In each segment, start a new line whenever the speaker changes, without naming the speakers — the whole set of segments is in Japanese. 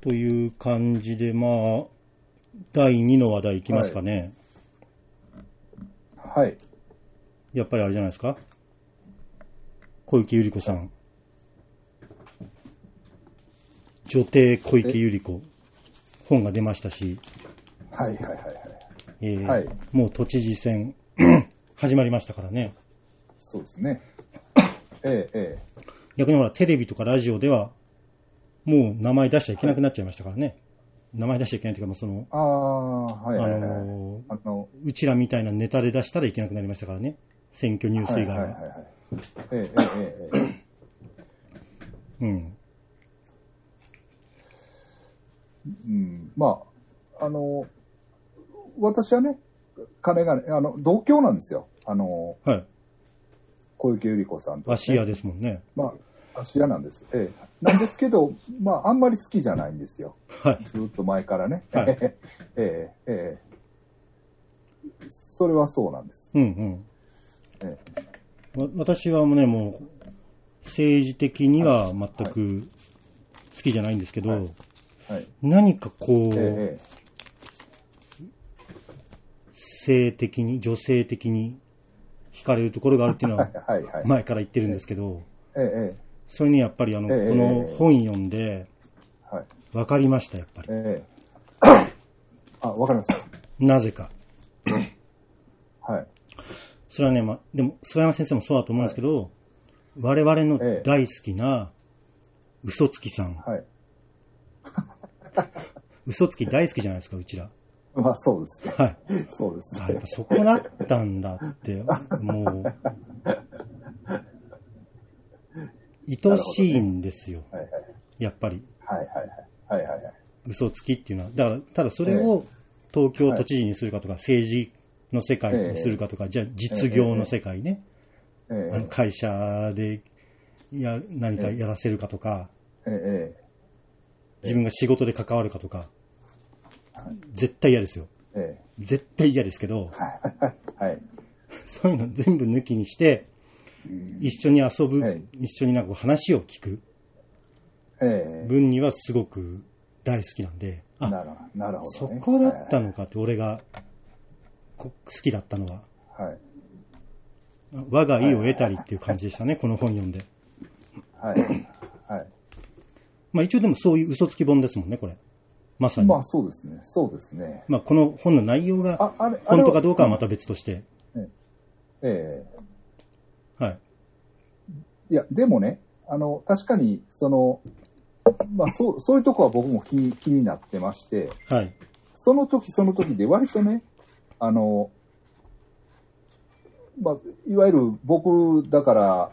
という感じで、まあ、第2の話題いきますかね。
はい。
やっぱりあれじゃないですか。小池百合子さん。女帝小池百合子。本が出ましたし、
はいはいはいはい。
えー
はい
もう都知事選 始まりましたからね。
そうですね。ええ、え
逆にほら、テレビとかラジオでは、もう名前出しちゃいけなくなっちゃいましたからね。名前出しちゃいけないというか、まあその、
え。ああ、はいはいはい。
あ
あ
の
の
うちらみたいなネタで出したらいけなくなりましたからね。選挙ニュース
はい
以
は
外は。
いはいはい。ええ、ええ、ええ。
うん。
うん。まあ、あの、私はね、金がね、あの、同郷なんですよ。あの、
はい。
小池百合子さんと、ね。
芦屋ですもんね。
まあ、芦屋なんです。ええ。なんですけど、まあ、あんまり好きじゃないんですよ。
はい。
ずっと前からね。
はい
ええ、ええ。それはそうなんです。
うん
え
うん。わ私はもうね、もう、政治的には全く好きじゃないんですけど、
はいえはい。
何かこう、
ええ、ええ。
性的に、女性的に惹かれるところがあるっていうのは、
はいはい。
前から言ってるんですけど、
ええ、え
それにやっぱりあの、
ええ
この本読んで、
え。はい。
分かりました、やっぱり。
ええ あ、わかりまし
なぜか。
た。はい。
それはね、まあ、でも、諏訪山先生もそうだと思うんですけど、我々
え
の
え
大好きな、嘘つきさん。
はい。
嘘つき大好きじゃないですか、うちら。
まあ、そうですね。
はい。
そうで
あ
す
やっ
ね
ぱ。そこだったんだって、もう、愛しいんですよ、
はいはい。
やっぱり。
はいはいはい。はいはいはい。
嘘つきっていうのは。だから、ただそれを東京都知事にするかとか、政治の世界にするかとか、じゃあ実業の世界ね、
え
あの会社でや何かやらせるかとか、
え、え
自分が仕事で関わるかとか、絶対嫌ですよ。
え、え
絶対嫌ですけど、
え。はい。
そういうの全部抜きにして、一緒に遊ぶ、
はい
一緒になんか話を聞く
え
分にはすごく大好きなんで、
え。
あ、
なるほど。なるほ
そ
どね。
こだったのかって、俺がこ好きだったのは。
はいはい。
我が意を得たりっていう感じでしたね、この本読んで。
はい。はい。
まあ一応でもそういう嘘つき本ですもんね、これ。まさに。
ま
ま
あ、そうですね。そうですね。
あこの本の内容
あ
が、、
あれ、あれ
本当かどうかはまた別として。
ええ。
はい。
いや、でもね、あの、確かに、その、まあ、そう、そういうとこは僕も気に、気になってまして、
はい。
その時その時で割とね、あの、まあ、いわゆる僕、だから、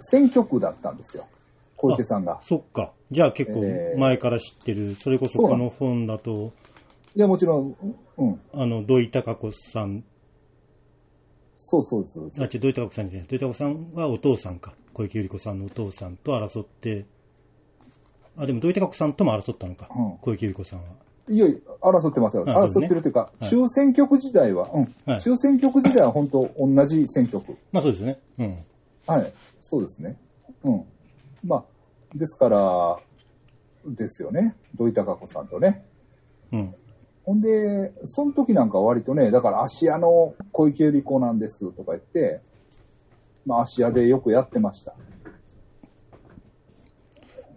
選挙区だったんですよ。小池さんが。
そっか。じゃあ結構
えー
前から知ってる、それこそ
そう
こ
なん
の
で
本だと、
いや、もちろん、うん、
あの、土井孝子さん、
そうそうです。そう
あ、違
です
う、土井孝子さんじゃない。土井孝子さんはお父さんか。小池百合子さんのお父さんと争って、あ、でも土井孝子さんとも争ったのか。
うん
小池百合子さんは。
いやいや、争ってますよ。
あそう
争
ね
ってるというか、
はい
中選挙区時代は、うん、
はい
中選挙区時代は本当同じ選挙区。
まあそうですね。うん。
はい、そうですね。うん。まあ、ですから、ですよね。土井孝子さんとね。
うん。
ほんで、その時なんか割とね、だから芦屋の小池百合子なんですとか言って、まあ芦屋でよくやってました。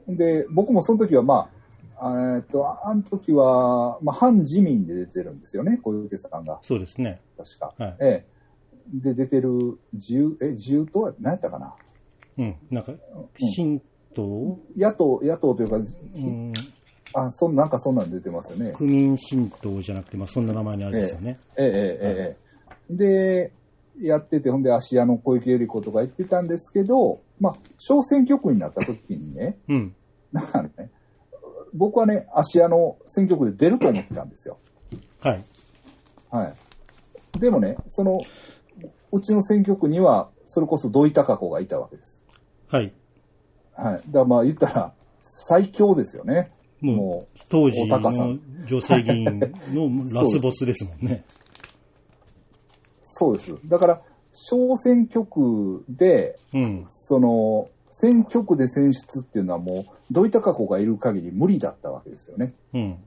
ほんで、僕もその時はまあ、あーえっと、ああの時は、まあ、反自民で出てるんですよね、小池さんが、
そうですね。
確か。
はい
ええ。で、出てる自由、え、自由党は何やったかな
うん。なんか、神道、
野党、野党というか、
うん、
あ、そん、なんかそんなん出てますよね。
国民神道じゃなくて、まあそんな名前のあれですよね。
ええええええ。で、やってて、ほんで、芦屋の小池百合子とか言ってたんですけど、まあ、小選挙区になった時にね、
うん。
なんかね、僕はね、芦屋の選挙区で出ると思ってたんですよ。
はい。
はい。でもね、その、うちの選挙区には、それこそ土井孝子がいたわけです。
はい。
はい。だからまあ、言ったら、最強ですよね。
もう、
も
当時の
お高さん
女性議員のラスボスですもんね。
う、そうです。だから、小選挙区で、
うん。
その、選挙区で選出っていうのはもう、どういった過去がいる限り無理だったわけですよね。
うん。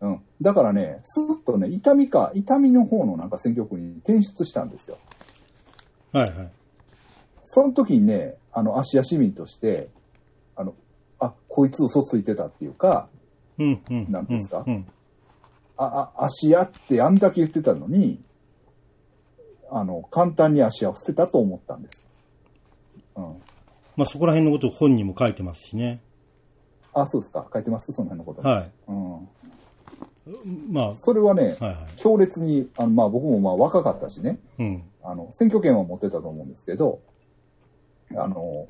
うん。だからね、スッとね、痛みか、痛みの方のなんか選挙区に転出したんですよ。
はいはい。
その時にね、あの、芦屋市民として、あの、あ、こいつ嘘ついてたっていうか、
うんうん。
なんですか
うん。
あ、あ、芦屋ってあんだけ言ってたのに、あの、簡単に芦屋を捨てたと思ったんです。うん。
まあそこら辺のことを本にも書いてますしね。
あ、そうですか。書いてますその辺のこと。
はい。
うん。
まあ、は
それはね、
いは
強烈に、あの、まあ僕もまあ若かったしね、
い。うん。
あの、選挙権は持ってたと思うんですけど、あの、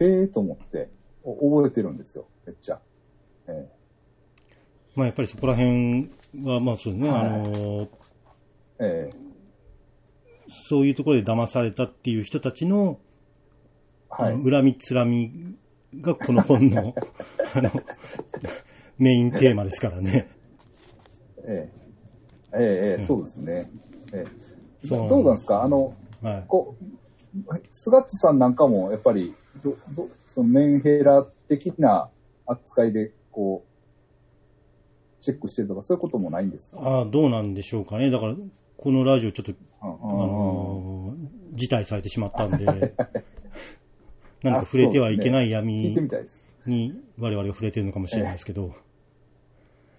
ええと思って、お覚えてるんですよ、めっちゃ。ええ
まあやっぱりそこら辺は、まあそうね、
はい
あの、
ええ
そういうところで騙されたっていう人たちの、
はい。
恨みつらみがこの本 の、あの、メインテーマですからね。
ええええええそうですね。ええ
そうなんです
どうなんですかあの、
はい。
こう、菅津さんなんかも、やっぱり、ど、ど、そのメンヘラ的な扱いで、こう、チェックしてるとか、そういうこともないんですか
ああ、どうなんでしょうかね。だから、このラジオちょっと、
うん
あ
うん
のー辞退されてしまったんで、 なんか触れてはいけない
聞い
闇
てみたいです。
に我々が触れてるのかもしれないですけど、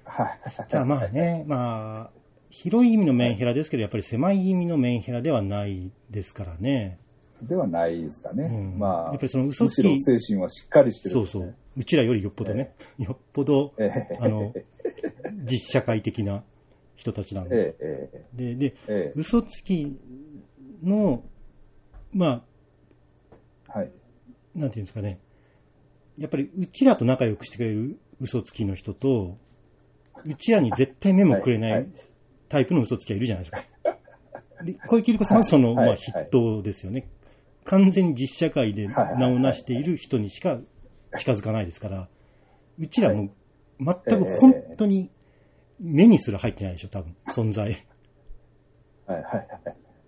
はい。
ただまあね、まあ、広い意味のメンヘラですけど、やっぱり狭い意味のメンヘラではないですからね。
ではないですかね。
うん
まあ、
やっぱりその嘘
む
つ
し
き
ろ精神はしっかりしてる。
そうそう。うちらよりよっぽどね、よっぽど、
ええ
あの、実社会的な人たちなんで。
えええ
で、で、
えええ
嘘つきの、まあ、
はい。
なんていうんですかね。やっぱり、うちらと仲良くしてくれる嘘つきの人と、うちらに絶対目もくれな
はいはい
いタイプの嘘つきがいるじゃないですか。で、小池百合子さんはその、
はい
まあ、
はい
筆頭ですよね。完全に実社会で
はいはいはい
名を成している人にしか近づかないですから、うちらも全く本当に目にすら入ってないでしょ、多分、存在。
はい。はい。はい。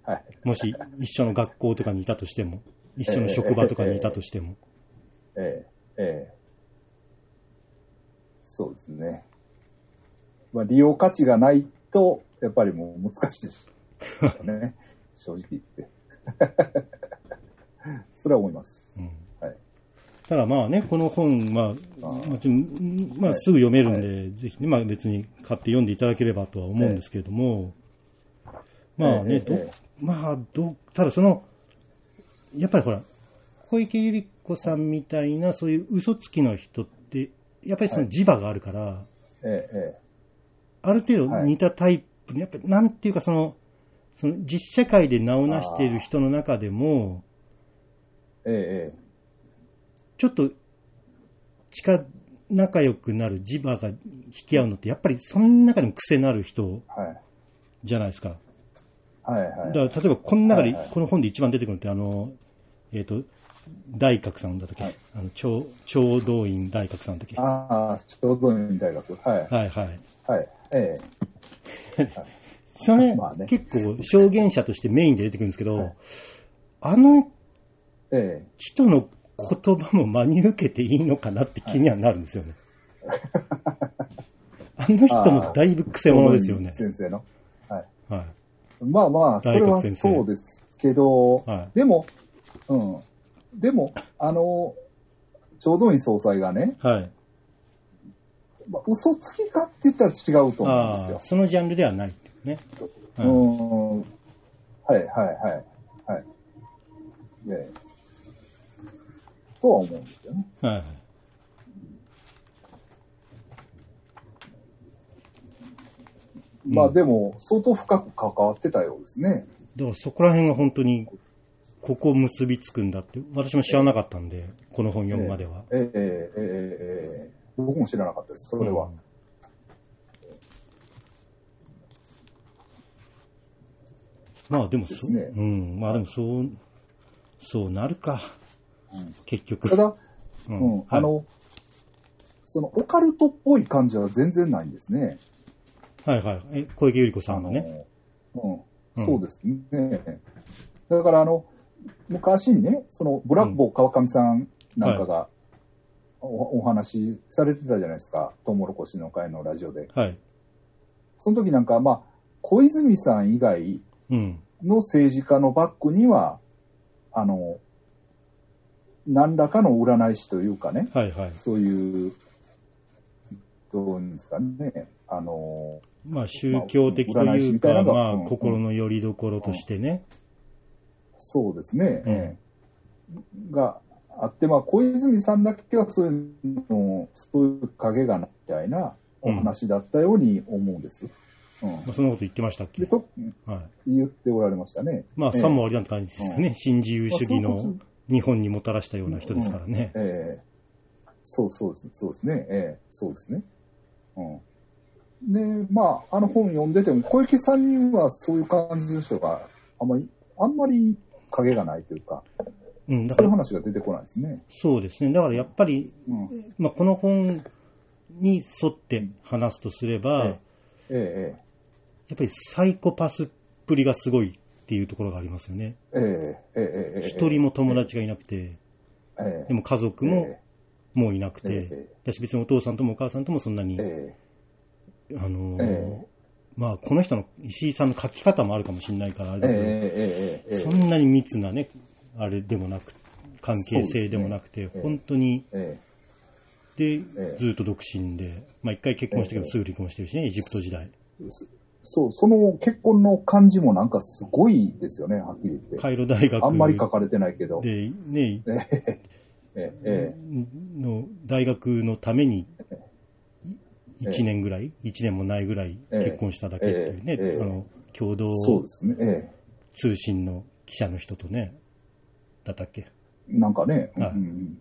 はい。
もし一緒の学校とかにいたとしても、一緒の職場とかにいたとしても。
ええ、ええ。そうですね。まあ、利用価値がないと、やっぱりもう難しいです よね。正直言って。 それは思います。
うん
はい
ただまあね、この本は、まあ
あー
まあちょんまあ、すぐ読めるんで、ぜひね、まあ別に買って読んでいただければとは思うんですけれども、まあ
え
ね、
え
ど
ええ
まあど、ただその、やっぱりほら、小池百合子さんみたいな、そういう嘘つきの人って、やっぱりその磁場があるから、
ええ、え
ある程度似たタイプに、やっぱりなんていうかその、その実社会で名を成している人の中でも、
え、ええ、
ちょっと、近、仲良くなる磁場が引き合うのって、やっぱりその中でも癖のある人
はい。
じゃないですか。
はい、はい。
だから、例えば、この中で、
はいはい
この本で一番出てくるのって、あの、えっ、と、大覚さんだったっけ、
はい
あの、超、超動員大覚さんだっけは
ああ、ちょうどいい大学。はい。
いはい。
はい。え
それ、
まあね
結構、証言者としてメインで出てくるんですけど、
はい
あの
え、え
人の言葉も真に受けていいのかなって気にはなるんですよね。あの人もだいぶ
え。
癖者ですよね。
先生の。はい。
はい。
まあまあ、それは
大学先生
そうですけど、
は
でも、うん。でも、あの、ちょうどいい総裁がね、
い。はい。
まあ、嘘つきかって言ったら違うと思うん
あ
で
あ、そのジャンルではないっていうね。
す
は
よ。
いう
ーん。はい、はい、はい。はい。で、とは思うんですよね。
はいはい。うん
まあでも、相当深く関わってたようですね。
だからそこら辺が本当に、ここ結びつくんだって、私も知らなかったんで、この本読むまでは。
ええええええええ僕も知らなかったです、それは。
うんまあでも
で
そ
す
う、
ね
うん、まあでもそう、そうなるか、
うん
結局。
ただ、
う
うん
はい
あの、そのオカルトっぽい感じは全然ないんですね。
はいはい。え、小池百合子さんのね。
あの。
う
う
ん
ん、そうですね。だからあの、昔にね、そのブラックボー川上さんなんかがおお話しされてたじゃないですか、トウモロコシの会のラジオで。
はい。
その時なんか、まあ、小泉さん以外
うん。
の政治家のバックには、あの、何らかの占い師というかね、
はいはい。
そういう、どういうんですかね、あの、
まあ宗教的と
まあ占い
い
師
う
みた
か、
いなの
ま
が
あ
うん
心の拠り所としてね。
そうですね、
うん
ええがあって、まあ、小泉さんだけはそういうの、そういう影がないみたいなお話だったように思うんです。うん
まあそんなこと言ってましたっけ
でと
はい。
言っておられましたね。
まあ
ええ
さもありなんて感じですかね。新自由主義
まあそういう
の
こ
日本にもたらしたような人ですからね。
ええそうそうですね、そうですね、ええそうですね。うん。で、まあ、あの本読んでても、小池さんにはそういう感じの人があんまり、あんまり影がないというか、
うん。だ
そ
か
ういう
ら、
話が出てこないですね。
そうですね。だからやっぱり、
うん。
まあこの本に沿って話すとすれば、
ええええ
やっぱりサイコパスっぷりがすごいっていうところがありますよね。
ええええええええ
一人も友達がいなくて、
え
でも家族ももういなくて
ええ、
私別にお父さんともお母さんともそんなに、
え
あ
え
のー、
え
まあこの人の石井さんの書き方もあるかもしれないから、あれ
え
だ
え
け
ええええ
ど、そんなに密なね、あれでもなく、関係性でもなくて、
すね
本当に、
え
で
え、
ずっと独身で、まあ一回結婚したけど
ええ
すぐ離婚してるしね、エジプト時代。
えそそう、その結婚の感じもなんかすごいですよね、はっきり言って。
カイロ大学
あんまり書かれてないけど。え
で、ね、
ええ
の大学のためにい
え
1年ぐらい、1年もないぐらい
ええ
結婚しただけっていうね
えええ、え
あの共同
えそうですね、え
通信の記者の人とね、だったっけ。
えなんかね、
はい
うん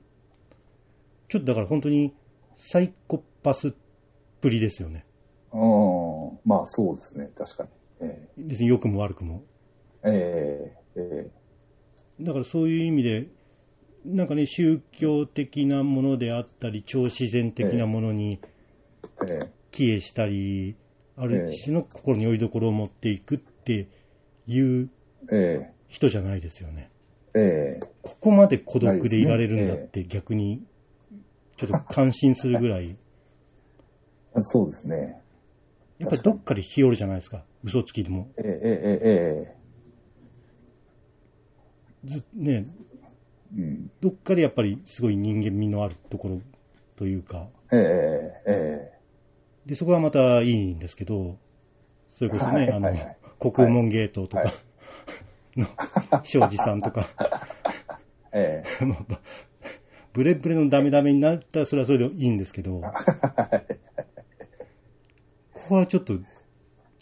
ちょっとだから本当にサイコパスっぷりですよね。
うん、うんまあそうですね、確かに。え
別に良くも悪くも。
ええええ
だからそういう意味で、なんかね、宗教的なものであったり、超自然的なものに
えええ
帰依したり、ある
ええ
種の心に拠り所を持っていくっていう
え
人じゃないですよね。
ええ
ここまで孤独でいられるんだって逆に、ちょっと感心するぐらい、
えそうですね。
やっぱりどっかで日和るじゃないですか。嘘つきでも。
えええええ
ず、ね、
えうん
どっかでやっぱりすごい人間味のあるところというか、
ええええ
で、そこはまたいいんですけど、それこそね、
はい
あ
は
の
いはい、
国門ゲートとか、
はい
の、庄司さんとか、
ええ
まあばブレブレのダメダメになったらそれはそれでいいんですけど、ここはちょっと、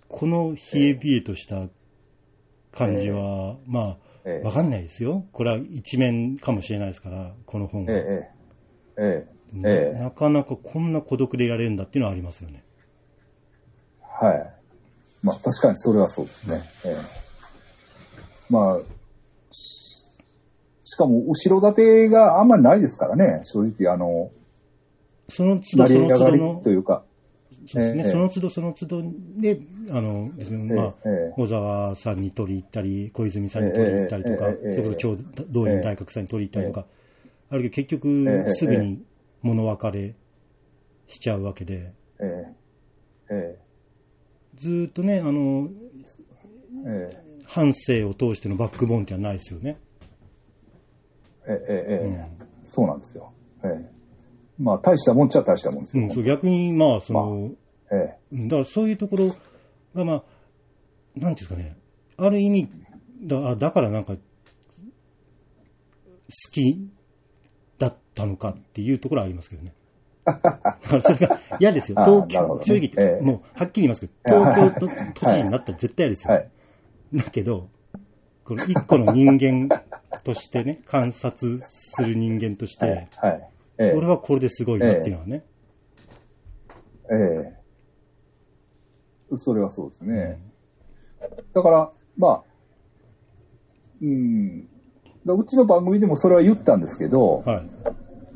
この冷え冷えとした感じは、まあ、
ええ
わかんないですよ。これは一面かもしれないですから、この本は。
えええええ
な
え
なかなかこんな孤独でいられるんだっていうのはありますよね。
はい。まあ確かにそれはそうですね。ええまあ、ししかも後ろ盾があんまりないですからね、正直、あの、
その都度
成
そ
り上
の
が
都度
り
の
と、いうか、
そうですね、
ええ
その都度その都度で、あの、別にまあ、
ええええ
小沢さんに取り入ったり、小泉さんに取り入ったりとか、
ええええええ
それこそ超動員大学さんに取り入ったりとか、あるけど
え
結
ええ
局、
え
すぐに物別れしちゃうわけで、
えええ
ずーっとね、あの、
えええ
半生を通してのバックボーンってのはないですよね。
ええええ
う
え
ん
そうなんですよ。ええまあ大したもんっちゃ大したもんです
う
よ。
ん、そう逆に、まあ、その、
え
だからそういうところが、まあ、なんていうんですかね、ある意味、だあだからなんか、好きだったのかっていうところはありますけどね。だからそれが嫌ですよ。
あー
東
なる
京、
ほどね
正直言って、
ええ
もうはっきり言いますけど、東京と
はい
都知事になったら絶対嫌です
え
よ。
はい。
だけど、この一個の人間としてね、観察する人間とし
は
て、。
いはい。ええ
俺はこれですごいなっていうのはね、
ええそれはそうですね。だから、まあ、うん。だからうちの番組でもそれは言ったんですけど、
はい。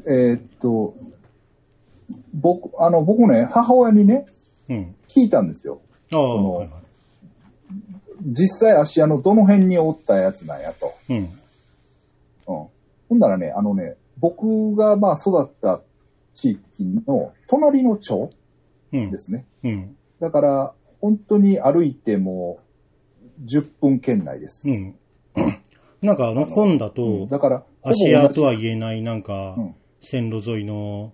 えーっと、僕、あの、僕ね、母親にね、
うん。
聞いたんですよ。
ああ、
その
はいは
実際芦屋のどの辺におったやつなんやと。
い。うん。
うん。ほんならね、あのね、僕がまあ育った地域の隣の町
うん
で。すね。
うん。
だから、本当に歩いても10分圏内です。
うん。 なんかあの本だ
うん
と、
だから、
芦屋
ほぼ同じ
とは言えない、なんか
うん、
線路沿いの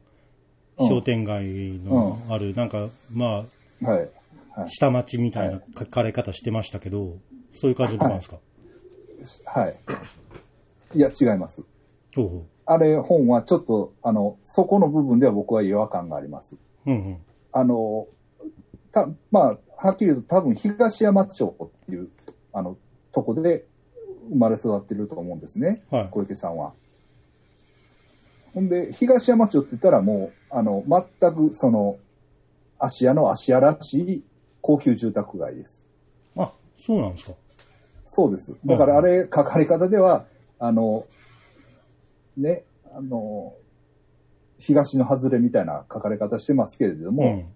うん
商店街のある、なんか、ま
はい。
あ、下町みたいな書かれ方してましたけど、そういう感じのなんですか
はい。いや、違います。
ほうほ
あれ、本はちょっと、あの、そこの部分では僕は違和感があります。
う。うんうん。
あの、た、まあ、はっきり言うと多分東山町っていう、あの、とこで生まれ育ってると思うんですね。
はい。
小池さんは。ほんで、東山町って言ったらもう、あの、全くその、芦屋の芦屋らしい高級住宅街です。
あ、そうなんですか。
そうです。だからあれ、書かれ方では、あの、ね、あの、東の外れみたいな書かれ方してますけれど
う
も、
ん。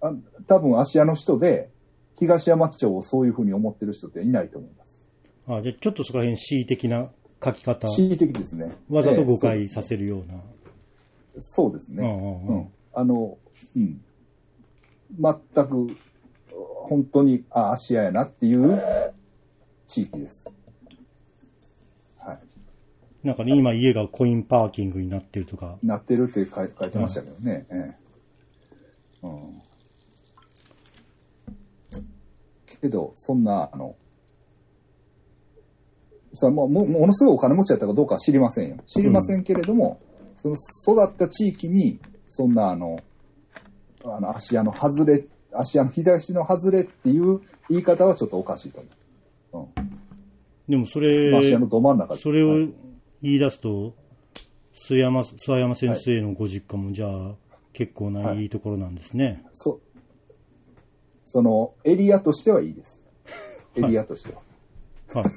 あ多分芦屋の人で、東山町をそういうふうに思ってる人っていないと思います。
あ、じゃあちょっとそこら辺恣意的な書き方、
恣意的ですね。
わざと誤
ええ
解させるような。
そうです
う
ね。
んうん
う
うんん。、
あの、うん、全く本当に、あ、芦屋やなっていう地域です。はい。
なんかね、今家がコインパーキングになってるとか、
なってるって書い書いてましたけどね。ええうん、けど、そんな、あの、さもうもものすごいお金持ちだったかどうかは知りませんよ。知りませんけれども、その育った地域に、そんなあの、あの、芦屋の外れ、芦屋の東の外れっていう言い方はちょっとおかしいと思う。
でもそ
うん。
れ、
芦屋のど真ん中です。
それを
はい
言い出すと、須山、諏訪山先生のご実家も、じゃあ、結構な
はい
いいところなんですね。
そ、その、エリアとしてはいいです。 エリアとしては。
はい。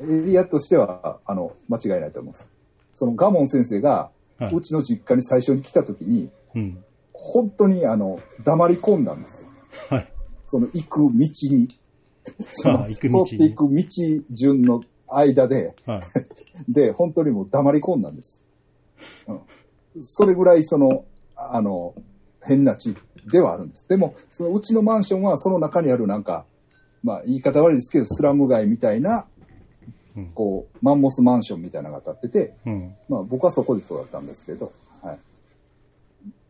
エリアとしては、あの、間違いないと思います。その、ガモン先生が、
はい。
うちの実家に最初に来た時に、
うん。
本当に、あの、黙り込んだんですよ。
はい。
その、行く道に。その、
あ行
通
く道に
っていく道順の間で、
はい。
で、本当にもう黙り込んだんです。うん。それぐらい、その、あの、変な地域ではあるんです。でも、そのうちのマンションは、その中にあるなんか、まあ、言い方悪いですけど、スラム街みたいな
うん、
こう、マンモスマンションみたいなのが建ってて、
うん。
まあ、僕はそこで育ったんですけど、はい。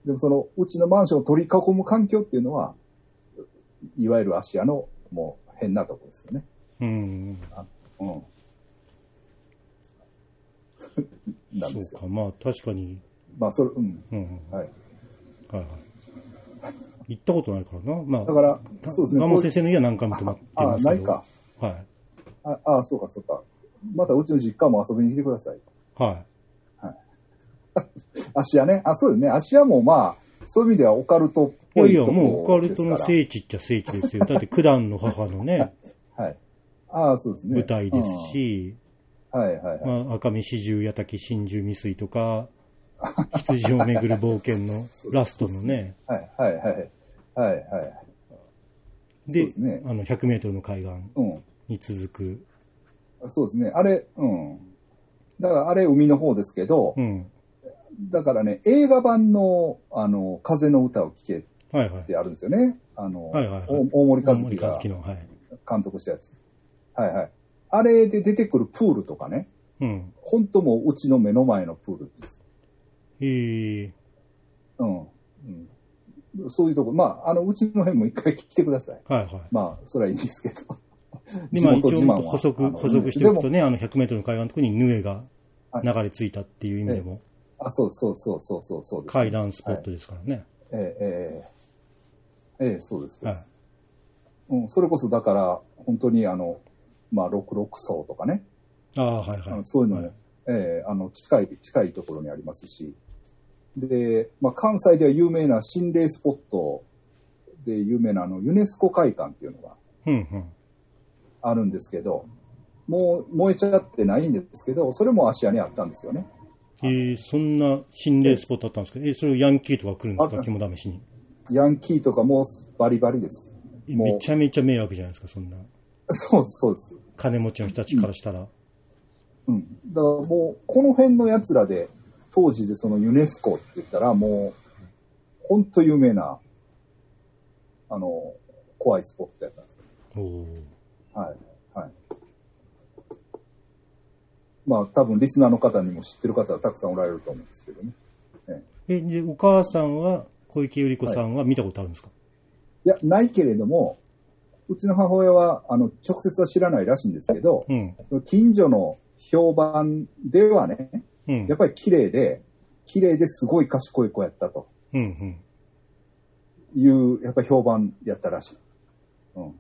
でも、その、うちのマンションを取り囲む環境っていうのは、いわゆる芦屋の、もう、変なとこですよね。
うん。
うん。なん
そ
です
う
よ。
か。まあ、確かに。
まあ、それ、うん。
うんうん。
はい。
はいはい。行ったことないからな。まあ、
だから、そうです
蒲
ね。
生
こう
先生の家は何回も泊まって
あ
ま
あ、
すけ
な
ど。
いか。
は
ああ、そうか、そうか。またうちの実家も遊びに来てください。
い。は
芦屋ね。あ、そうですね。芦屋もまあ、そういう意味ではオカルトっ
い。いや
ぽ
い
い
や、
とこ
もうオカル
で
ト
す
の
から。
聖地っちゃ聖地ですよ。だって、九段の母の ね、
はい。ああ、そうですね。
舞台ですし、
うん。はいはいはい。
まあ、赤身四十八滝真珠未遂と か、羊をめぐる冒険のラストのね、
はいはいはい。はいはい。そう
で
ですね、
あの、100メートルの海岸
う
に続く。
ん。そうですね。あれ、うん。だからあれ海の方ですけど、
うん。
だからね、映画版の、あの、風の歌を聴けっ
はいはい。
てあるんですよね。あの、
はいはいはい
お大森和
大
樹
森
が
和樹の、はい。
監督したやつ。はいはい。あれで出てくるプールとかね、
うん。
本当もううちの目の前のプールです。
えー、
うん。うん、そういうとこ、まあ、あの、うちの辺も一回来てください。
はいは
まあ、それはいいんですけど。
い。で、まあ一
地元
応
自慢
も
は
っと補足、
あの
補足しておくとね、あの、100メートルの海岸のところにヌエが流れ着いたっていう意味でも、
あ、そうそうそうそうそうそうです、
階段スポットですからね。
ええええええええそうです。そう
は
で
い
す。うん、それこそだから、本当にあの、まあ、六六層とかね、
ああ、はいは
あ
い
の。そういうのも、
は
ええあの、近い、近いところにありますし、で、まあ、関西では有名な心霊スポットで有名なあの、ユネスコ会館っていうのが
うんうん。
あるんですけど、もう燃えちゃってないんですけど、それも芦屋にあったんですよね。
えー、そんな心霊スポットあったんですかえー、それをヤンキーとか来るんです
あ
か肝試しに。
ヤンキーとかもバリバリです。
え
もう
めちゃめちゃ迷惑じゃないですか、そんな。
そう、そうです。
金持ちの人たちからしたら。
うん。だからもう、この辺の奴らで、当時でそのユネスコって言ったら、もう、ほんと有名な、あの、怖いスポットやったんですよ。
おお
はい。はい。まあ、多分リスナーの方にも知ってる方はたくさんおられると思うんですけどね。
え、で、お母さんは、小池百合子さんは見たことあるんですか、
いや、ないけれども、うちの母親は、あの、直接は知らないらしいんですけど、
うん。
近所の評判ではね、
うん
やっ。ぱり綺麗で、綺麗ですごい賢い子やったと
うん。うん。
いう、やっぱり評判やったらしい。うん。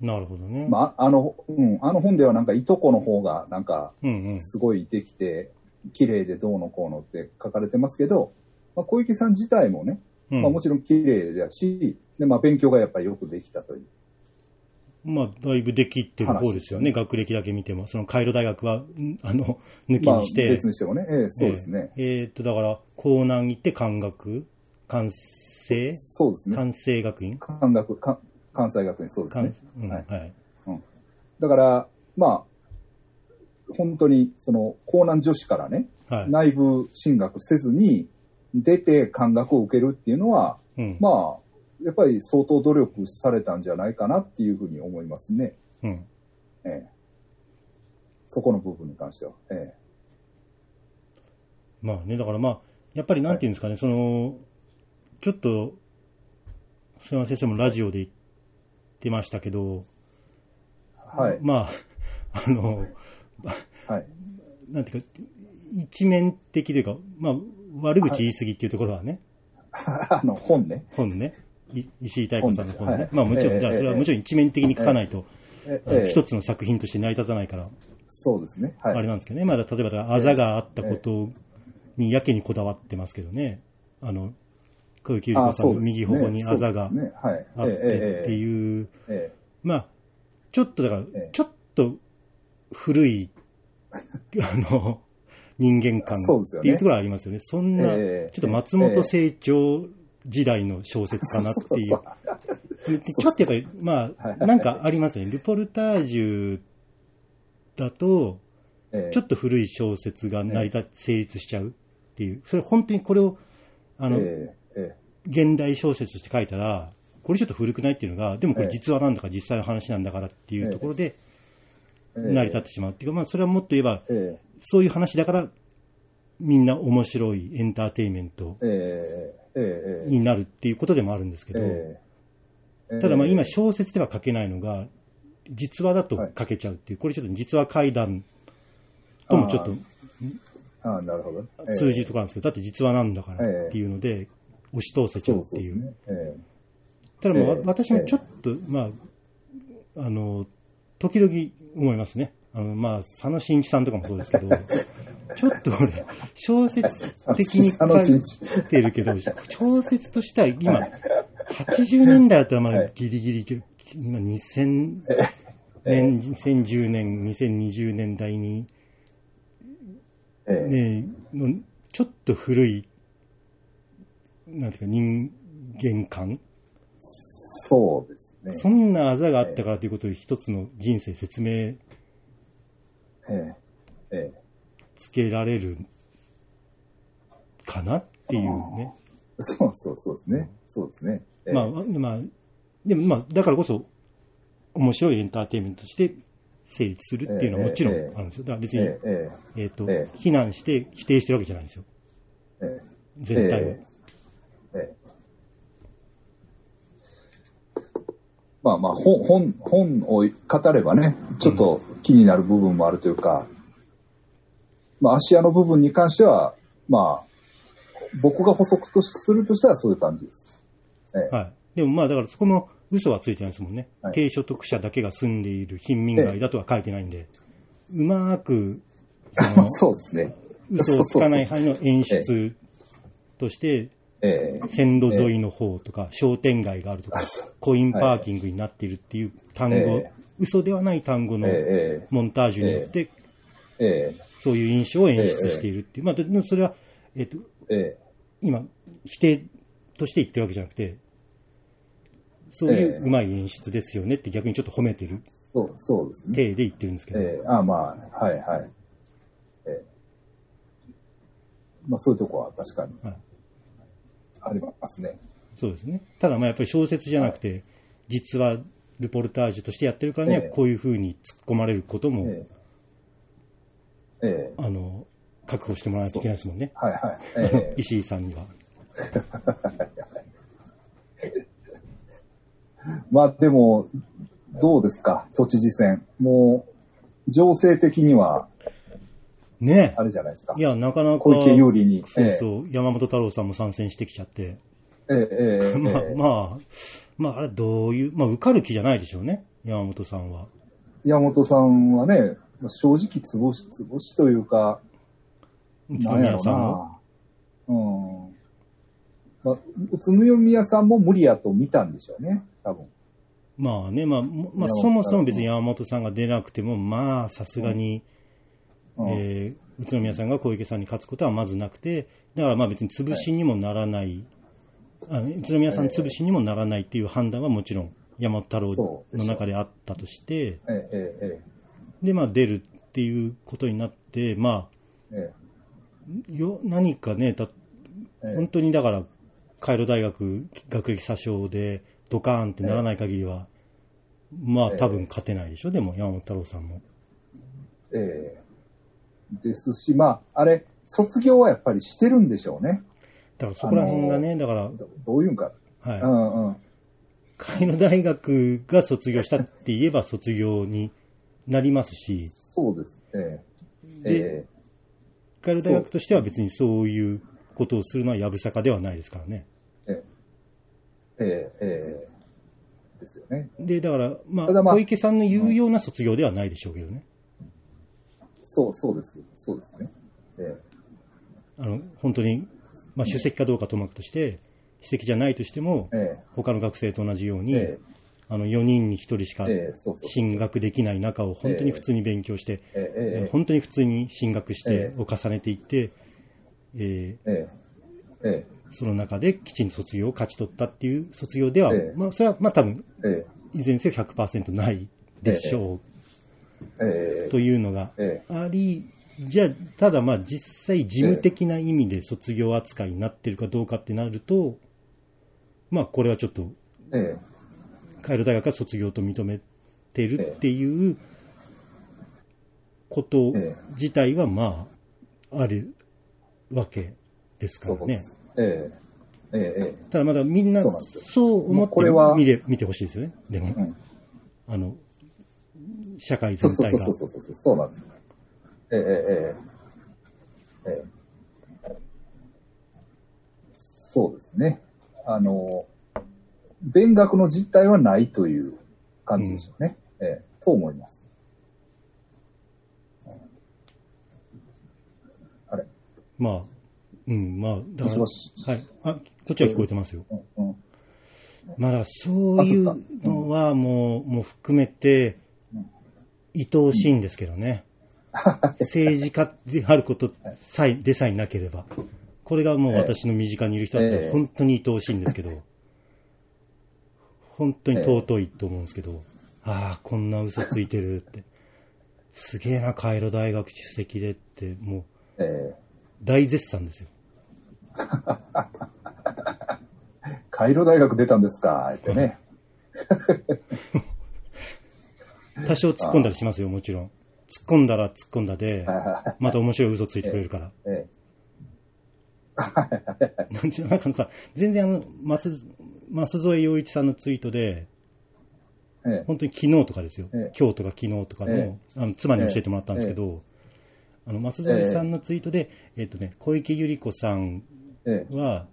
なるほどね。
まあ、あの、うん、あの本ではなんかいとこの方が、なんか、
うんうん。
すごいできて、綺麗でどうのこうのって書かれてますけど、まあ、小池さん自体もね、
うん
まあもちろん綺麗だし、で、まあ勉強がやっぱりよくできたという。
まあ、だいぶできってる方ですよね、学歴だけ見ても。その、カイロ大学は、んあの、抜き
まあ
にして。
別にしてもね、ええそうですね。
えーえーっと、だから、江南行って漢学、関西、
そうですね。
関西学院
関学、関関西学院、そうですね
関。うん、
は
はいい。
だから、まあ、本当に、その、江南女子からね、
はい。
内部進学せずに、出て感学を受けるっていうのは、
うん。
まあ、やっぱり相当努力されたんじゃないかなっていうふうに思いますね。
うん。
ええ、そこの部分に関しては。ええ、
まあね、だからまあ、やっぱりなんていうんですかね、その、ちょっと、すいません、先生もラジオで言ってましたけど、
はい。
まあ、あの、
はい。
なんていうか、一面的というか、まあ、悪口言い過ぎっていうところはね、
あの、本ね。
本ね、い石井太子さんの本
本で
ね
す、はい
まあもちろ
え
ん、
え
じゃあそれ
え
は
え
もちろん一面的に書かないと、
え
あの一
つ。
つの作品として成り立たないから、
そうですね。
あ
は
れ
い。
なんですけどね、まだ例えばだからあざがあったことにやけにこだわってますけどね、あの、小池百合子さんの右頬にあざが
そうですねはい。
あってって
う。
いう、
ええ
まあ、ちょっとだから
ええ、
ちょっと古 い、あの、人間観
そうです
っ
よ
て
ね
いうところはありますよね。そんな、
ええ
ちょっと松本清張時代の小説かなってい
そうう。
でちょっとやっぱり、ま
はい
あ、なんかありますよね。ルポルタージュだと、
ええ
ちょっと古い小説が成り立ち、成立しちゃうっていう。それ本当にこれを、あの、
えええ
現代小説として書いたら、これちょっと古くないっていうのが、でもこれ実話なんだから実際の話なんだからっていうところで
えええ
成り立ってしまうっていうか、まあそれはもっと言えば、
ええ
そういう話だからみんな面白いエンターテインメント
ええええええ
になるっていうことでもあるんですけど、
ええ
ただまあ今
え
小説では書けないのが、実話だと書けちゃうっていう、これちょっと実話怪談ともちょっと
えああ、なるほど。ええ
通じるところなんですけど、だって実話なんだからっていうので、押し通せちゃ
そうう
って
そうで
い
す
う。
ね。え
ただ、まあわ
ええ
私もちょっと、まあ、あの、時々思いますね。あの、まあ、佐野真一さんとかもそうです けど、ちょっと俺、小説的に書いてるけど、小説としては今、80年代だったらまあ、ギリギリいける、今2000年、2010年、2020年代に、
えええ
ねえのちょっと古い、なんていうか、人間観
そうですね。
そんなあざがあったからということで一つの人生説明
ええええ
つけられるかなっていうね。
そうそうそうですね。そうですね。ええ
まあ、まあ、でもまあ、だからこそ面白いエンターテインメントとして成立するっていうのはもちろん
ええええ
あるんですよ。だから別
え
に、
ええ
えっと、
ええ
非難して否定してるわけじゃないんですよ。
ええ
絶対は
え。えええまあまあ、本、本、本を語ればね、ちょっと気になる部分もあるというか、まあ、芦屋の部分に関しては、まあ、僕が補足とするとしたらそういう感じです。
はい。でもまあ、だからそこも嘘はついてないですもんね。
はい
低所得者だけが住んでいる貧民街だとは書いてないんで、うまーく、その
そうですね。
嘘をつかない
そうそうそう。
範囲の演出として、
ええ
線路沿いの方とか、商店街があるとか
あそ、
コインパーキングになっているっていう単語
ええ、
嘘ではない単語の
え
モンタージュによって、
ええ
そういう印象を演出しているっていう。まあ、でもそれは、えっと、
ええ
今、否定として言ってるわけじゃなくて、そういううまい演出ですよねって逆にちょっと褒めてる。
そう、そうですね。
体で言ってるんですけど、
えー、あまあ、はいはい。えー、まあ、そういうとこは確かに
はい、
ありますね。
そうですね。ただまあやっぱり小説じゃなくて、実はルポルタージュとしてやってるからには、
ええ
こういうふうに突っ込まれることも、
えー、え
あの、覚悟してもらわないといけないですもんね。
ー、はいはい。え
石井さんには。
ー、まあ、でも、どうですか、都知事選。もう、情勢的には、
ね
あれじゃないですか。
え。いや、なかなか。
小池有利に。
そうそう、山本太郎さんも参戦してきちゃって。
えー、えー、え ー、
まあ
えー、
まあ、まああれどういう、まあ受かる気じゃないでしょうね。山本さんは。
山本さんはね、まあ正直、つぼし、つぼしというか、
宇都
なんや
宮
ろう
さんは。
な。うん。まあ、宇都宮さんも無理やと見たんでしょうね、多分。
まあね、まあ、もまあ、
山本さん
そもそも別に山本さんが出なくても、まあ、さすがに、
うん
えー宇都宮さんが小池さんに勝つことはまずなくて、だからまあ別に潰しにもならない、あの宇都宮さん潰しにもならないっていう判断はもちろん、山本太郎の中であったとして、
えええ
で、まあ出るっていうことになって、ま
ええ
あ、よ何かね、だ
ええ
本当にだから、カイロ大学学歴詐称で、ドカーンってならない限りは、まあ多分勝てないでしょ、でも山本太郎さんも。
えええですし、まあ、あれ、卒業はやっぱりしてるんでしょうね。
だからそこら辺がね、だから、
どどういうんか。う
はい。
んうん。
海野大学が卒業したって言えば卒業になりますし、
そうです。ええ
で
え
海野大学としては別にそういうことをするのはやぶさかではないですからね。
ええええええですよね。
で、だから、まあ、
ただまあ
小池さんの言うような卒業ではないでしょうけどね。
そう、そうです。そうですね。え
あの、本当に、まあ、主席かどうかともかくとして、主席じゃないとしても
え、え
他の学生と同じように、
ええ
あの、4人に1人しか
ええそうそう
進学できない中を本当に普通に勉強して、
ええええ
本当に普通に進学して
え、え
を重ねていって、え
ええええ
ーその中できちんと卒業を勝ち取ったっていう卒業では、
ええ
まあ、それは、まあ多分、
ええ
いずれにせよ100%ないでしょ
え
う、
え
というのが
え
あり、じゃあ、ただまあ実際事務的な意味で卒業扱いになってるかどうかってなると、まあこれはちょっと、
ええ
カイロ大学が卒業と認めてるっていうこと
ええ
自体はまあ、あるわけですか
そう
ら
で
ね。
す。えええええ
ただまだみんな
そうなんですよ
そう思
も
っ
う
て
これは
見れ見てほしいですよね。でも、
えうん。
あの、社会
そう
全
そ
体
う
が
そう。そうそうそう、そうなんです。ええええええええそうですね。あの、勉学の実態はないという感じでしょうね。ええと思います。あれ、
まあ、うん、まあ、だから、
もしもし
はい。あ、こっちは聞こえてますよ。
うん、うん、
まだそういう
あそうですかうん
のはもう、もう含めて、愛おしいんですけどね。政治家であることさえ、でさえなければ。これがもう私の身近にいる人だった
え
ら
え
本当に愛おしいんですけど、本当に尊いと思うんですけど、ああ、こんな嘘ついてるって。すげえな、カイロ大学主席でって、もう、
え
大絶賛ですよ。
えカイロ大学出たんですか、ってね。
多少突っ込んだりしますよ、もちろん。突っ込んだら突っ込んだで、また面白い嘘ついてくれるから。
え
なんちゅうのなんかさ、全然あの、マス、マス添洋一さんのツイートで、
ええ
本当に昨日とかですよ。
ええ
今日とか昨日とかの、
え
あの、妻に教えてもらったんですけど、あの、マス添さんのツイートで、えっ、とね、小池百合子さん
えええ
は、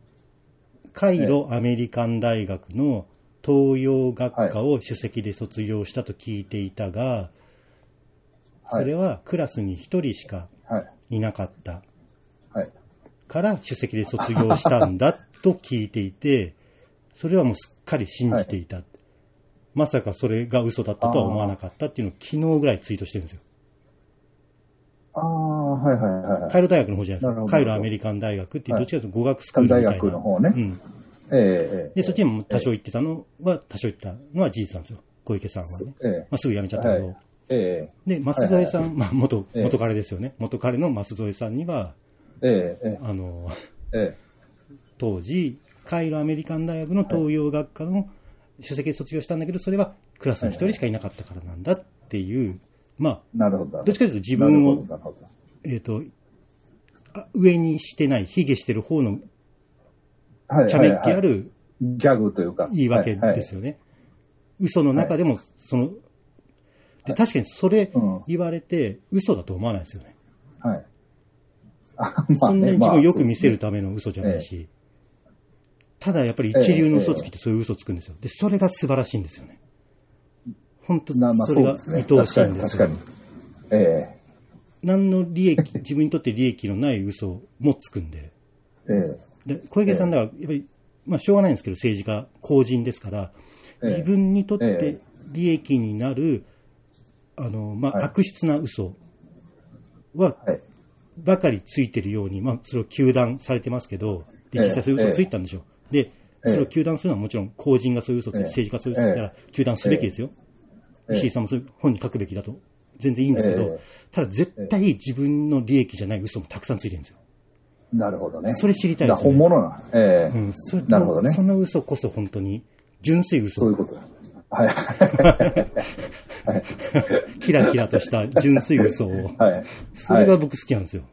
カイロアメリカン大学の東洋学科を首席で卒業したと聞いていたが、
はい
それはクラスに1人しか
はい、
いなかった
はい。
から首席で卒業したんだと聞いていて、それはもうすっかり信じていた。まさかそれが嘘だったとは思わなかったっていうのを昨日ぐらいツイートしてるんですよ。
ああ、はいはいはいはい。
カイロ大学の方じゃないです
なる
か。
ほど
カイロアメリカン大学っていう
は
どっ
い
ちかというと語学スクールみたいな。
大学の方ね
うん。
ええええ
で、そっちにも多少行ってたのは、多少行ったのは事実なんですよ。小池さんはね。
ええ
まあ、すぐ辞めちゃったけど。
はえ
で、松添さん、まあ、元、
ええ
元彼ですよね。元彼の松添さんには、
えええ
あの、
え
当時、カイロアメリカン大学の東洋学科の首席で卒業したんだけど、それはクラスに一人しかいなかったからなんだっていう、まあ、
なるほ
ど
ど。
っちかというと自分を
なるほど。
えっ、と、あ上にしてない、卑下してる方の
はい
茶目っ気ある
ギャグというか。
言い訳ですよね。嘘の中でも、その、で、確かにそれ
うん
言われて、嘘だと思わないですよね。
はい。はい。あ
そんなに自分をよく見せ。
まあねまあそうですね
るための嘘じゃないし、ただやっぱり一流の嘘つきってそういう嘘つくんですよ。で、それが素晴らしいんですよね。本当
なまあ
それが
そうで
愛
すね
おしいんです
確か
よ
に。。確かにえ
何の利益、 自分にとって利益のない嘘もつくんで。
ええ
で小池さんだから、やっぱり、まあ、しょうがないんですけど、政治家、公人ですから、
ええ
自分にとっ
え
て利益になる、あの、ま
はい
あ、悪質な嘘は、
えはい。
ばかりついてるように、まあ、それを糾弾されてますけど、で、
ええ
実際そういう嘘をついたんでしょう。で、
ええ
それを糾弾するのはもちろん、公人がそういう嘘をつい
ええ
て、政治家がそういう嘘をついたら、糾弾すべきですよ。
ええ
石井さんもそういう本に書くべきだと、全然いいんですけ
え
ど
え、
ただ絶対自分の利益じゃない嘘もたくさんついてるんですよ。
なるほどね。
それ知りたい
だ
で
から
すよ
本
ね
物な。ええ
うん、それと
なるほどね
そ。の嘘こそ本当に、純粋嘘。
そういうことだ。はい。
キラキラとした純粋嘘を。
はい。
それが
はい
僕好きなんですよ。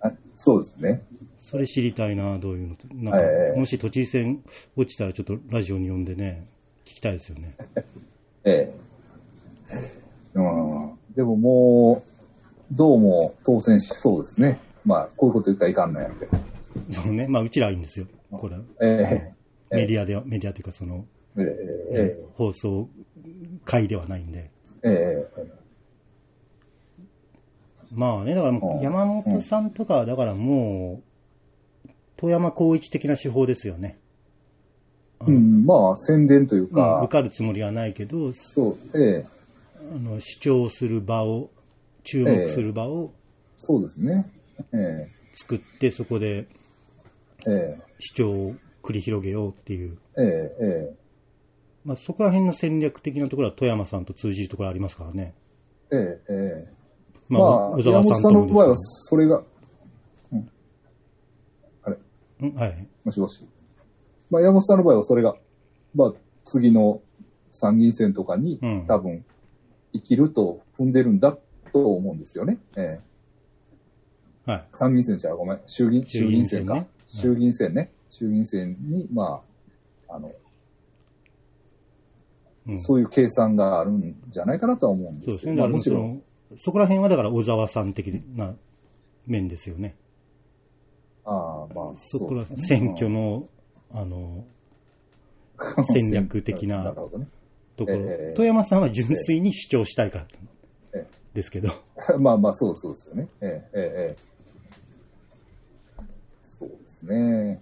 あそうですね。
それ知りたいな、どういうのと。なんか
ええ
もし都知事選落ちたらちょっとラジオに呼んでね、聞きたいですよね。
ええ。うん。でももう、どうも当選しそうですね。まあ、こういうこと言ったらいかんのやって。
そうね。まあ、うちらはいいんですよ。これは。
ええ
メディアでは、メディアというかその、
えええ
放送会ではないんで。
えええ
まあね、だからも
うん
う山本さんとかは、だからもう、富山光一的な手法ですよね。
うん、まあ、宣伝という
まあ
か、
受かるつもりはないけど、
そう、ええ
あの主張する場を、注目する場を
そうですね。え
作って、そこで
ええ
主張を繰り広げようっていう、
ええええ
まあ、そこら辺の戦略的なところは富山さんと通じるところありますからね。
ええええ
まあ、小
山
沢
本
さん
さ
と
ん
も
の
で
場合は、
す
それが、うん、あれ、
けど、うんはい。
もしもし。まあ、山本さんの場合は、それが、まあ、次の参議院選とかに、
うん
多分、生きると踏んでるんだと思うんですよね。ええ
はい。
参議院選じゃごめん、衆議院、
衆
衆
議
議
院
院
選
選
ね
か。衆議院選ね。衆議院選に、まあ、あの、
うん
そういう計算があるんじゃないかなとは思うんで
そう
す
ですね。
けど、ま
だ
あ、
から
むし
そ
ろ、
の、そこら辺はだから小沢さん的な面ですよね。
ああ、まあ、
そこ
う
ら
ですね
選挙の、あの、
う ん
戦略的な
るほどね。
ところ、
ええ
富山さんは純粋に主張したいから
え
ですけど、
えまあまあ、そうそうですよね。ええ、ええええ、そうですね。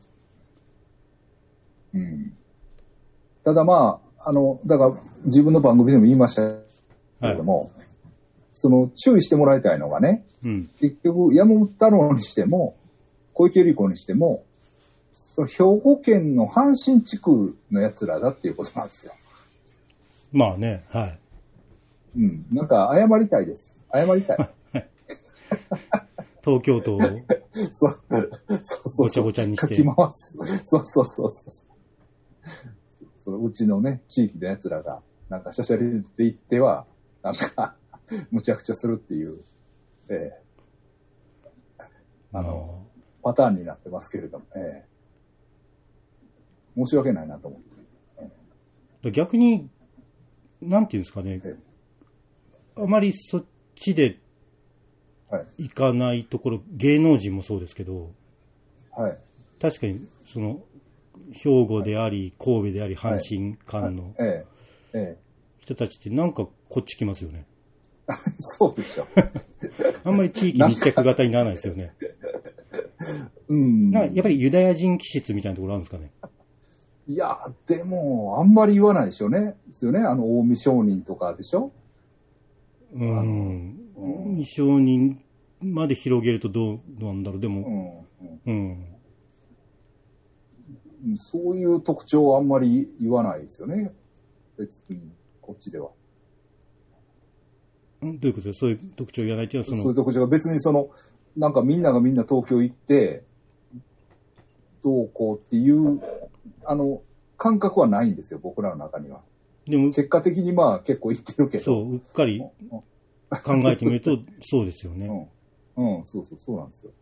うん。ただまあ、あの、だから自分の番組でも言いましたけれども、その注意してもらいたいのがね、
うん。
結局、山本太郎にしても、小池百合子にしても、その兵庫県の阪神地区の奴らだっていうことなんですよ。
まあね、はい。
うん。なんか、謝りたいです。謝り たい。
東京 都を
そう、そうそう
ごち
そ
ゃ
う。
ごちゃに
か
して
き。回す。そうそうそうそう。そのうちのね、地域の奴らが、なんかしゃしゃりで行っては、なんか、 むちゃくちゃするっていう、ええあの、パターンになってますけれども、ええ申し訳ないなと思って。
逆に、なんていうんですかね
え、
あまりそっちで
はい。
行かないところ、芸能人もそうですけど、
はい。
確かに、その、兵庫であり、神戸であり、阪神間の
ええ。え
人たちってなんかこっち来ますよね。
え。 そうでしょ。
あんまり地域密着型にならないですよね。
うん。
なんかやっぱりユダヤ人気質みたいなところあるんですかね。
いや、でも、あんまり言わないでしょうね。ですよね。あの、近江商人とかでしょ。
うん。
うん
未承認まで広げるとどうどうなんだろう。で
う
も、
ん。うん
うん。
うんそういう特徴はあんまり言わないですよね。別に、ここっちでは。
んどういうことですそういう特徴がないっていうの
そう
は、
い
そうの、
とこじゃ別にその、なんかみんながみんな東京行って、どうこうっていう、あの、感覚はないんですよ、僕らの中には。
でも、
結果的にまあ結構行ってるけど。
そう、うっかり考えてみると、そうですよね。
うん。うん、そうそう、そうなんですよ。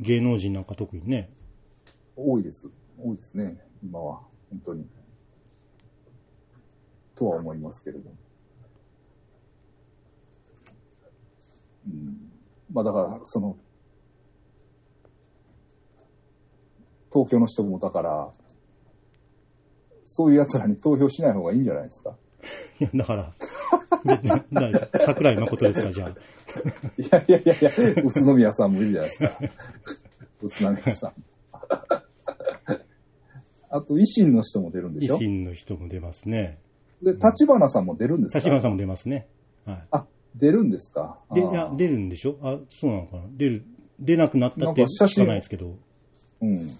芸能人なんか特にね。
多いです。多いですね、今は。本当に。とは思いますけれども。うん。まあだから、その、東京の人もだから、そういう奴らに投票しない方がいいんじゃないですか。
いや、だから、でなな桜井誠ですか、じゃあ。
いやいやいやいや、宇都宮さんもいるじゃないですか。宇都宮さん。あと、維新の人も出るんで
維
しょ
新の人も出ますね。
で、立花さんも出るんです
立花
か
さんも出ますね。は
あ、出るんですか
い。で、い
あー
や、出るんでしょあ、そうなのかな出る、出なくなったって
なんか写
聞
真
かないですけど。
うん。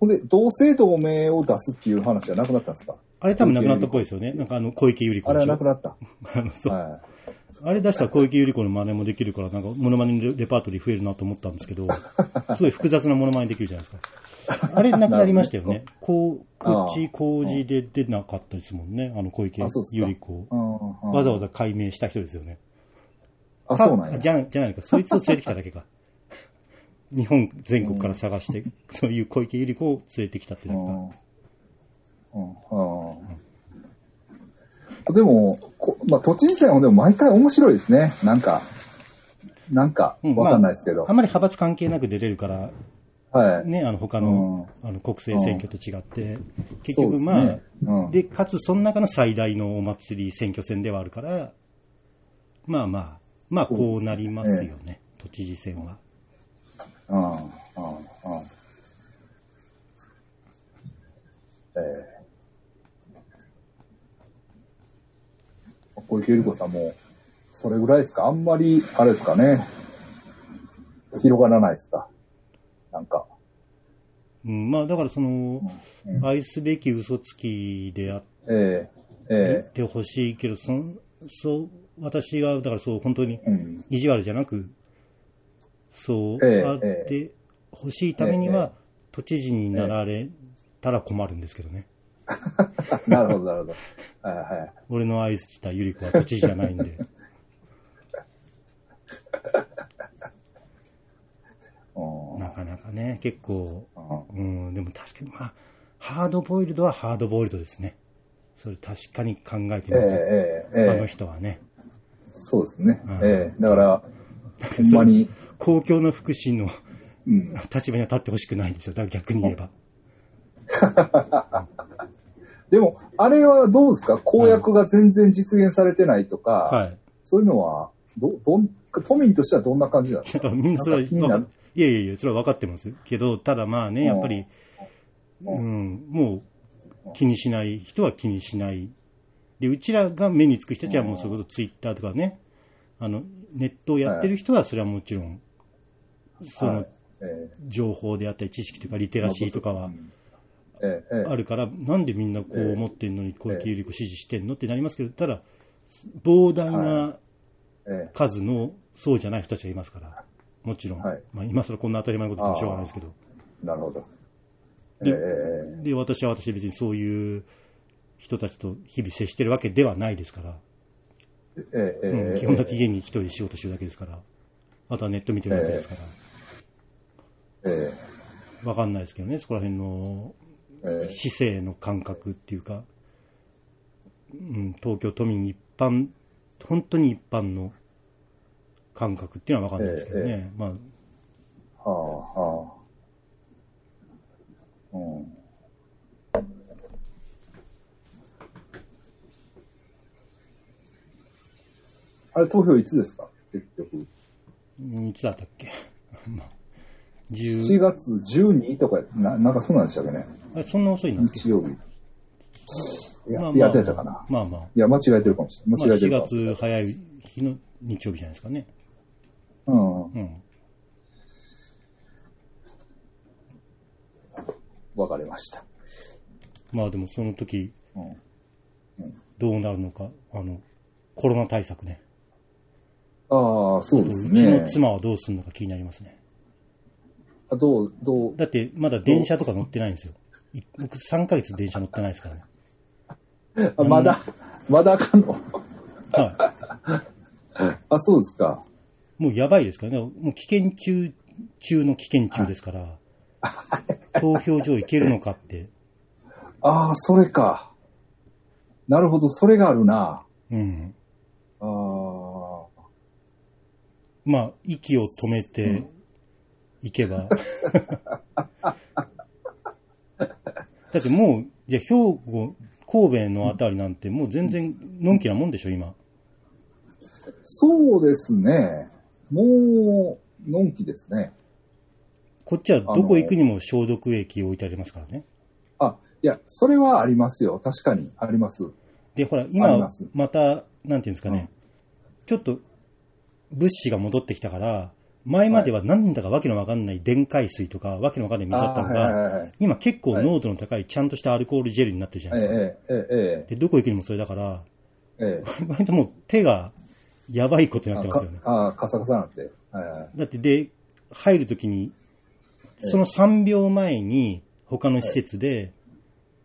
ほんで、同姓同名を出すっていう話はなくなったんですか
あれ多分なくなったっぽいですよね。なんかあの、小池百合
あ
子
れ
で
は
し
なく
ょ
なった。
あのそう
は
あれ出したら小池百合子の真似もできるから、なんか、モノマネレパートリー増えるなと思ったんですけ ど、すごい複雑なモノマネできるじゃないですか。あれなくなりましたよね。こう、口、工事で出なかったですもんね。あの、小池
あ
百
そうですか
合子
い。。うん
わざわざ解明した人ですよね。
あ、そうなんや。
じゃじゃないか。そいつを連れてきただ けか。日本全国から探して、そういう小池百合子を連れてきたってなんか。
うんうんでも、こまあ、都知事選はでも毎回面白いですね。なんか、なんか、
うん
わかんないですけど。
まあ、あんまり派閥関係なく出れるから、
はい。
ね、あの他の,、あの国政選挙と違って、結
そう
局、
です
まあ、
ねうん
で、かつその中の最大のお祭り選挙戦ではあるから、まあまあ、まあこうなりますよね、都知事選は。
うん、うん、うん。ええ小池百合子さんも、それぐらいですかあんまり、あれですかね。広がらないですかなんか。
うん、まあだからその、
うん
愛すべき嘘つきであっ
えええ
てほしいけど、そのそう、私はだからそう、本当に
えうん。
意地悪じゃなく、そう、
ええ
あってほしいためには、都知事になられたら困るんですけどね。
なるほど、なるほど。はいはい。
俺の愛したゆり子は都知事じゃないん で。
うん
なかなかね、結構、
う
うん、でも確かに、まあ、ハードボイルドはハードボイルドですね。それ確かに考えて
ん
みると、
えええ
あの
えええ
人はね、
そうですね
うん。
ええだから、ほん
そ
ま
れ
に、
公共の福祉の
うん、
立場には立ってほしくないんですよ。だから逆に言えば。
でも、あれはどうですか公約が全然実現されてないとか、
はい。
そういうのは、ど、どん、都民としてはどんな感じなんです
だ
か
からみんなそれは
なんか気にな
わ
る
か、いやいやいや、それは分かってますけど、ただまあね、やっぱり、うん、もう気にしない人は気にしない。で、うちらが目につく人たちはもうそれこそツイッターとかね、あの、ネットをやってる人はそれはもちろん、そ
は
の
い、え
情報であったり知識とかリテ
え
ラシーとかは
うんええええ
あるから、なんでみんなこう思ってんのに小池百合子支持してんのってなりますけど、ただ、膨大な
え
数のそうじゃない人たちがいますから、もちろん。
はい
まあ今更こんな当たり前のこと言ってもしょうがないですけど。
えなるほど。え
で
ええ
で、私は私で別にそういう人たちと日々接してるわけではないですから、
ええええ
うん
え
基本だけ
え
家に一人で仕事してるだけですから、あとはネット見てるだけですから、
え
わかんないですけどね、そこら辺の
ええ
姿勢の感覚っていうか、うん、東京都民一般、本当に一般の感覚っていうのは分かんないですけどね、
え
まあ、
はあ、はあ。うん。あれ、投票いつですか結局。
うんいつだったっけ、 まあ、十
7月12とか、ななんかそうなんでしたっけね。
あれそんな遅いなっけ、
日曜日。いや、
まあ
いやってたかな。
まあまあ、
いや、間違えてるかもしれな
ま
い。
あ、
間違えて
4
るかもしれない。
月早い日の日曜日じゃないですかね。
うん。
うん
わかりました。
まあでもその時、
うん
どうなるのか、あの、コロナ対策ね。
ああ、そう
う
です
ち
ね
の。妻はどうするのか気になりますね。
あどう、どう、
だって、まだ電車とか乗ってないんですよ。い僕3ヶ月電車乗ってないですからね。
あまだ、まだあかんの
は
あ、そうですか。
い。もうやばいですからね。もう危険中、中の危険中ですから、投票所行けるのかって。
ああ、それか。なるほど、それがあるな。
うん。
ああ。
まあ、息を止めていけば。だってもう、じゃあ兵庫、神戸のあたりなんてもう全然のんきなもんでしょ、今。
そうですね。もう、のんきですね。
こっちはどこ行くにも消毒液置いてありますからね。
あ、いや、それはありますよ。確かに、あります。
で、ほら、
あり
今
ます、
また、なんていうんですかね、ちょっと物資が戻ってきたから、前まではなんだかわけのわかんない電解水とか、わけのわかんない水だった
あ
の
ーはい
が、
はいはい。
今結構濃度の高いちゃんとしたアルコールジェルになってるじゃないですか。
ええ、ええ、え
で、どこ行くにもそれだから、
え、ええ。
割ともう手がやばいことになっ
あ
てます
か
よね。
あー、カサカサなって。はいはい。
だってで、入るときに、その3秒前に、他の施設で、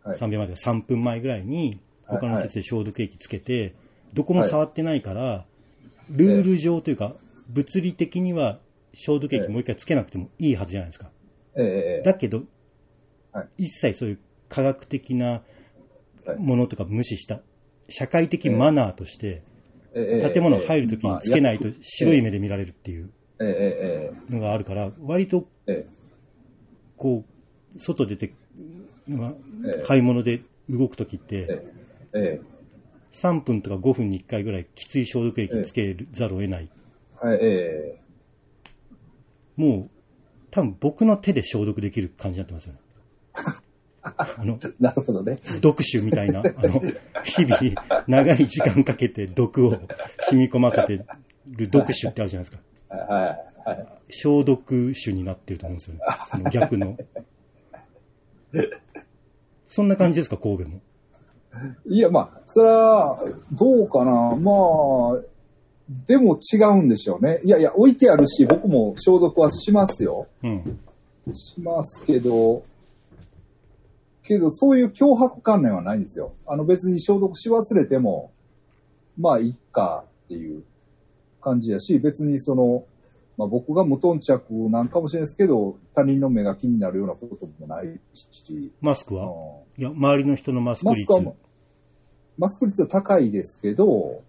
はい
3秒前とか3分前ぐらいに、
はい
他の施設で消毒液つけて、どこも触ってないから、ルール上というか、物理的には消毒液もう一回つけなくてもいいはずじゃないですか。
ええ、ええ。
だけど
はい、
一切そういう科学的な
はい
ものとか無視した、社会的マナーとして、
ええ
建物入るときにつけないと白い目で見られるっていう
ええ、え
のがあるから、割と
え、ええ。
こう、外出て、まあ
ええ
買い物で動くときって、
ええ、え
3分とか5分に1回ぐらいきつい消毒液つけざるを得ない。
え、はいええ。
もう、多分僕の手で消毒できる感じになってます よね。あの、
なるほどね。
毒酒みたいな、あの、日々、長い時間かけて毒を染み込ませてる毒酒ってあるじゃないですか。
はいはいはい。
消毒酒になってると思うんですよね。その逆 の。そんな感じですか、神戸も。
いや、まあ、それは、どうかな。まあ、でも違うんでしょうね。いやいや、置いてあるし、僕も消毒はしますよ。
うん。
しますけど、けど、そういう脅迫観念はないんですよ。あの、別に消毒し忘れても、まあ、いっかっていう感じやし、別にその、まあ、僕が無頓着なんかもしれないですけど、他人の目が気になるようなこともないし、
マスク
う
は
ん
いや、周りの人のマスク
マ
率
ス。クはもうマスク率は高いですけど、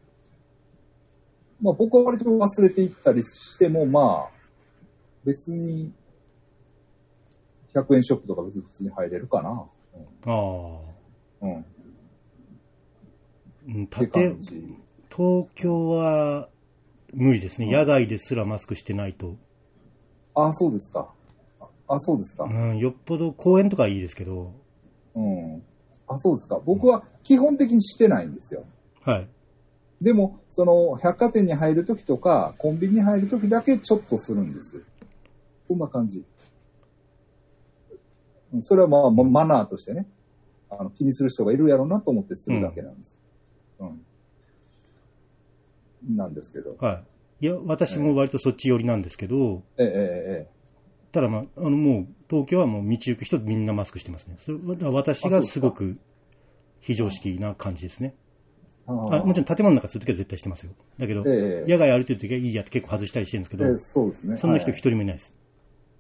まあ僕は割と忘れていったりしても、まあ、別に、100円ショップとか別に普通に入れるかな。
ああ。
うん。っ
うん、
て
縦
感、じ。
東京は無理ですね。
うん
野外ですらマスクしてないと。
ああ、そうですか。ああ、そうですか
う。ん、よっぽど公園とかはいいですけど。
うん。あ、そうですか。僕は基本的にしてないんですよ。
はい。
でも、その、百貨店に入るときとか、コンビニに入るときだけちょっとするんです。こんな感じ。うんそれはまあ、まマナーとしてね、あの気にする人がいるやろうなと思ってするだけなんです。うん。なんですけど。
はい。いや、私も割とそっち寄りなんですけど、
えええええ
ただまあ、あのもう、東京はもう道行く人みんなマスクしてますね。それだから私
あそう
が
です
す
か
ごく非常識な感じですね。
え。あ
あもちろん建物の中するときは絶対してますよ。だけど、
ええ
野外歩いてるときはいいやって結構外したりしてるんですけど、
ええそうですね。
そんな人
は
一
い
人もいないです。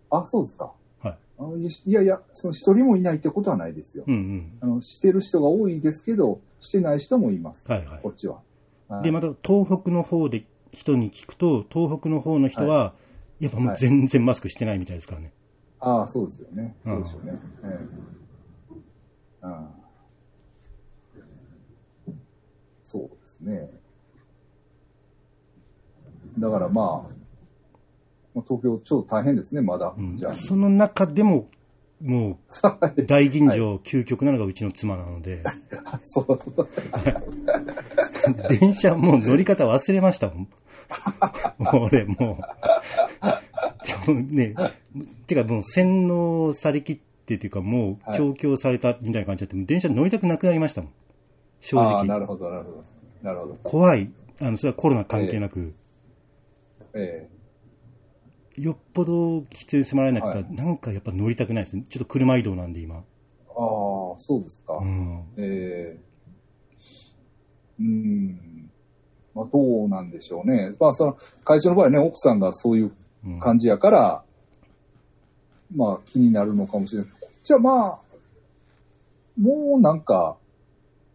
あ、そうですか。
はい。
あいやいやいや、その一人もいないってことはないですよ。
うん
あの、してる人が多いですけど、してない人もいます。
うん。はいはい
こ。っちは。はい
で、また東北の方で人に聞くと、東北の方の人は、やっぱもう全然マスクしてないみたいですからね。
ああ、そうですよね。
うん
そうでしょうね。ええああそうですね。だからまあ、まあ東京、ちょっと大変ですね、まだ。
うん
じゃあ。
その中でも、もう、大吟醸、究極なのがうちの妻なので、
そう。
電車もう乗り方忘れましたもん。俺もう。でもね、てかもう洗脳されきってっていうかもう
はい
調教されたみたいな感じだって、もう電車乗りたくなくなりましたもん。正
ああ、な
直。
るほど、なるほど。なるほど。
怖い。あの、それはコロナ関係なく、
え
よっぽど必要に迫られなくて、
はい
なんかやっぱ乗りたくないですね。ちょっと車移動なんで今。
えああ、そうですか。
うん。
ええうん。まあ、どうなんでしょうね。まあ、その、会長の場合ね、奥さんがそういう
うん、
感じやから、まあ、気になるのかもしれない。こっちはまあ、もうなんか、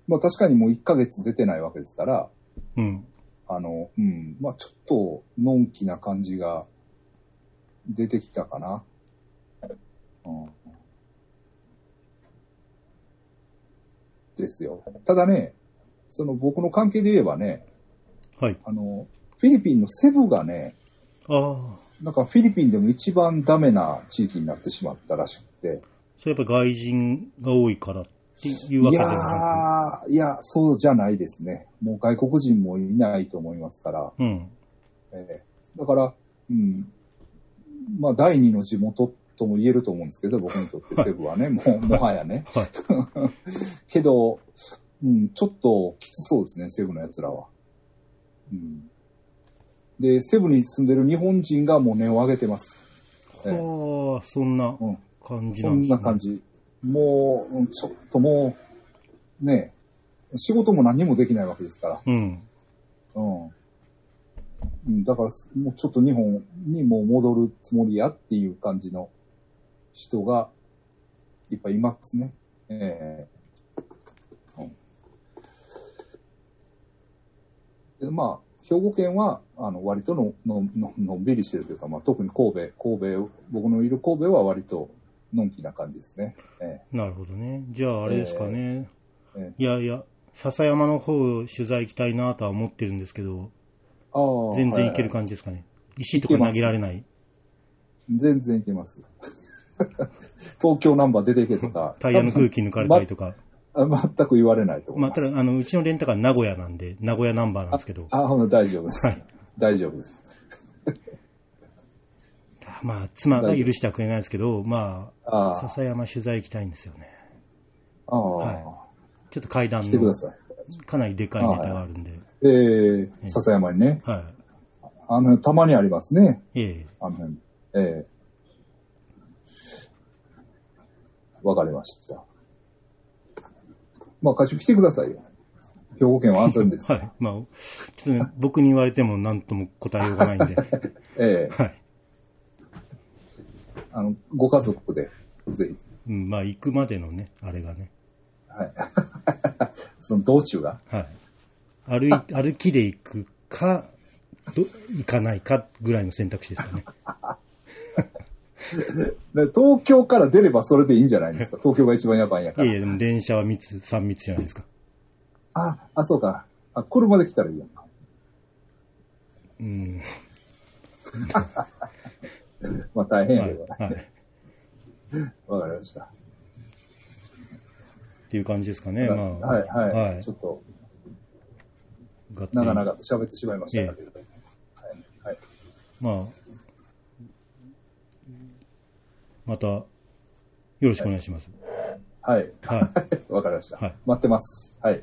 まあ確かにもう1ヶ月出てないわけですから、
うん。
あの、うん、まあちょっと、のんきな感じが出てきたかな。うん。ですよ。ただね、その僕の関係で言えばね、
はい。
あの、フィリピンのセブがね、
ああ。
なんかフィリピンでも一番ダメな地域になってしまったらしくて。
それやっぱ外人が多いからっていうわ
い
けで
や
はな
ー、いや、そうじゃないですね。もう外国人もいないと思いますから。
く。うん。
ええだから、うん。まあ、第二の地元とも言えると思うんですけど、僕にとってセブはね、もう、もはやね。
はい
けど、うん、ちょっときつそうですね、セブの奴らは。うん。で、セブに住んでる日本人がもう根を上げてます。ええ
はあ、そんな
うん。
感じ
そ
なん
ん
です、ね、
な感じ。もう、うんちょっともう、ねえ仕事も何もできないわけですから。
うん。
うん。うん、だから、すもうちょっと日本にもう戻るつもりやっていう感じの人がいっぱいいますね。ええうん。でまあ、兵庫県は、あの、割との、の、ののんびりしてるというか、まあ、特に神戸、神戸、僕のいる神戸は割と、のんきな感じですね。え
なるほどね。じゃあ、あれですかね。
ええ
いやいや、笹山の方取材行きたいなとは思ってるんですけど、
えああ
全然行け
はいは
る
い
感じですかね。石とか投げられない。
全然いけます。 東京ナンバー出ていけとか。
タイヤの空気抜かれたりとか。
あ全く言われないと思
ま
い
あ、
ま
た
す。
だ、あの、うちのレンタカー名古屋なんで、名古屋ナンバーなんですけど、
あ、ほんと大丈夫です。大丈夫です。
まあ、妻が許してはくれないですけど、まあ、
あ
笹山取材行きたいんですよね。
あ、ああ、
はいちょっと階段
来てくだ
の、
さい。
かなりでかいネタがあるんで、
えー、笹山にね。
は
あの、たまにありますね。
い。え
あの辺。ええわかりました。まあ、歌手来てくださいよ。兵庫県は安全
え
です。
はい。まあ、ちょっとね、僕に言われても何とも答えようがないん で、
ええ
はい。
あの、ご家族で、ぜひ、
うん、まあ、行くまでのね、あれがね、
その道中が。
はい。歩い、歩きで行くか、ど、行かないかぐらいの選択肢ですか ね。
で東京から出ればそれでいいんじゃな いですか。東京が一番やばいんやか
い
ら。
やいや、でも電車は密、3密じゃないですか。
あ、あ、そうか。あ、車で来たらいいやんか。
うん。
まあ大変
は
や
い
けど。。
はい。っ
わかりました。
ていう感じですかね。まあ。
はい、はい、
はい
ちょ。っと、
がっつり
長々と喋ってしまいましたけど。はい。はい。
まあ。また、よろしくお願いします。
はい。
はい。
わかりました。
はい
待ってます。はい。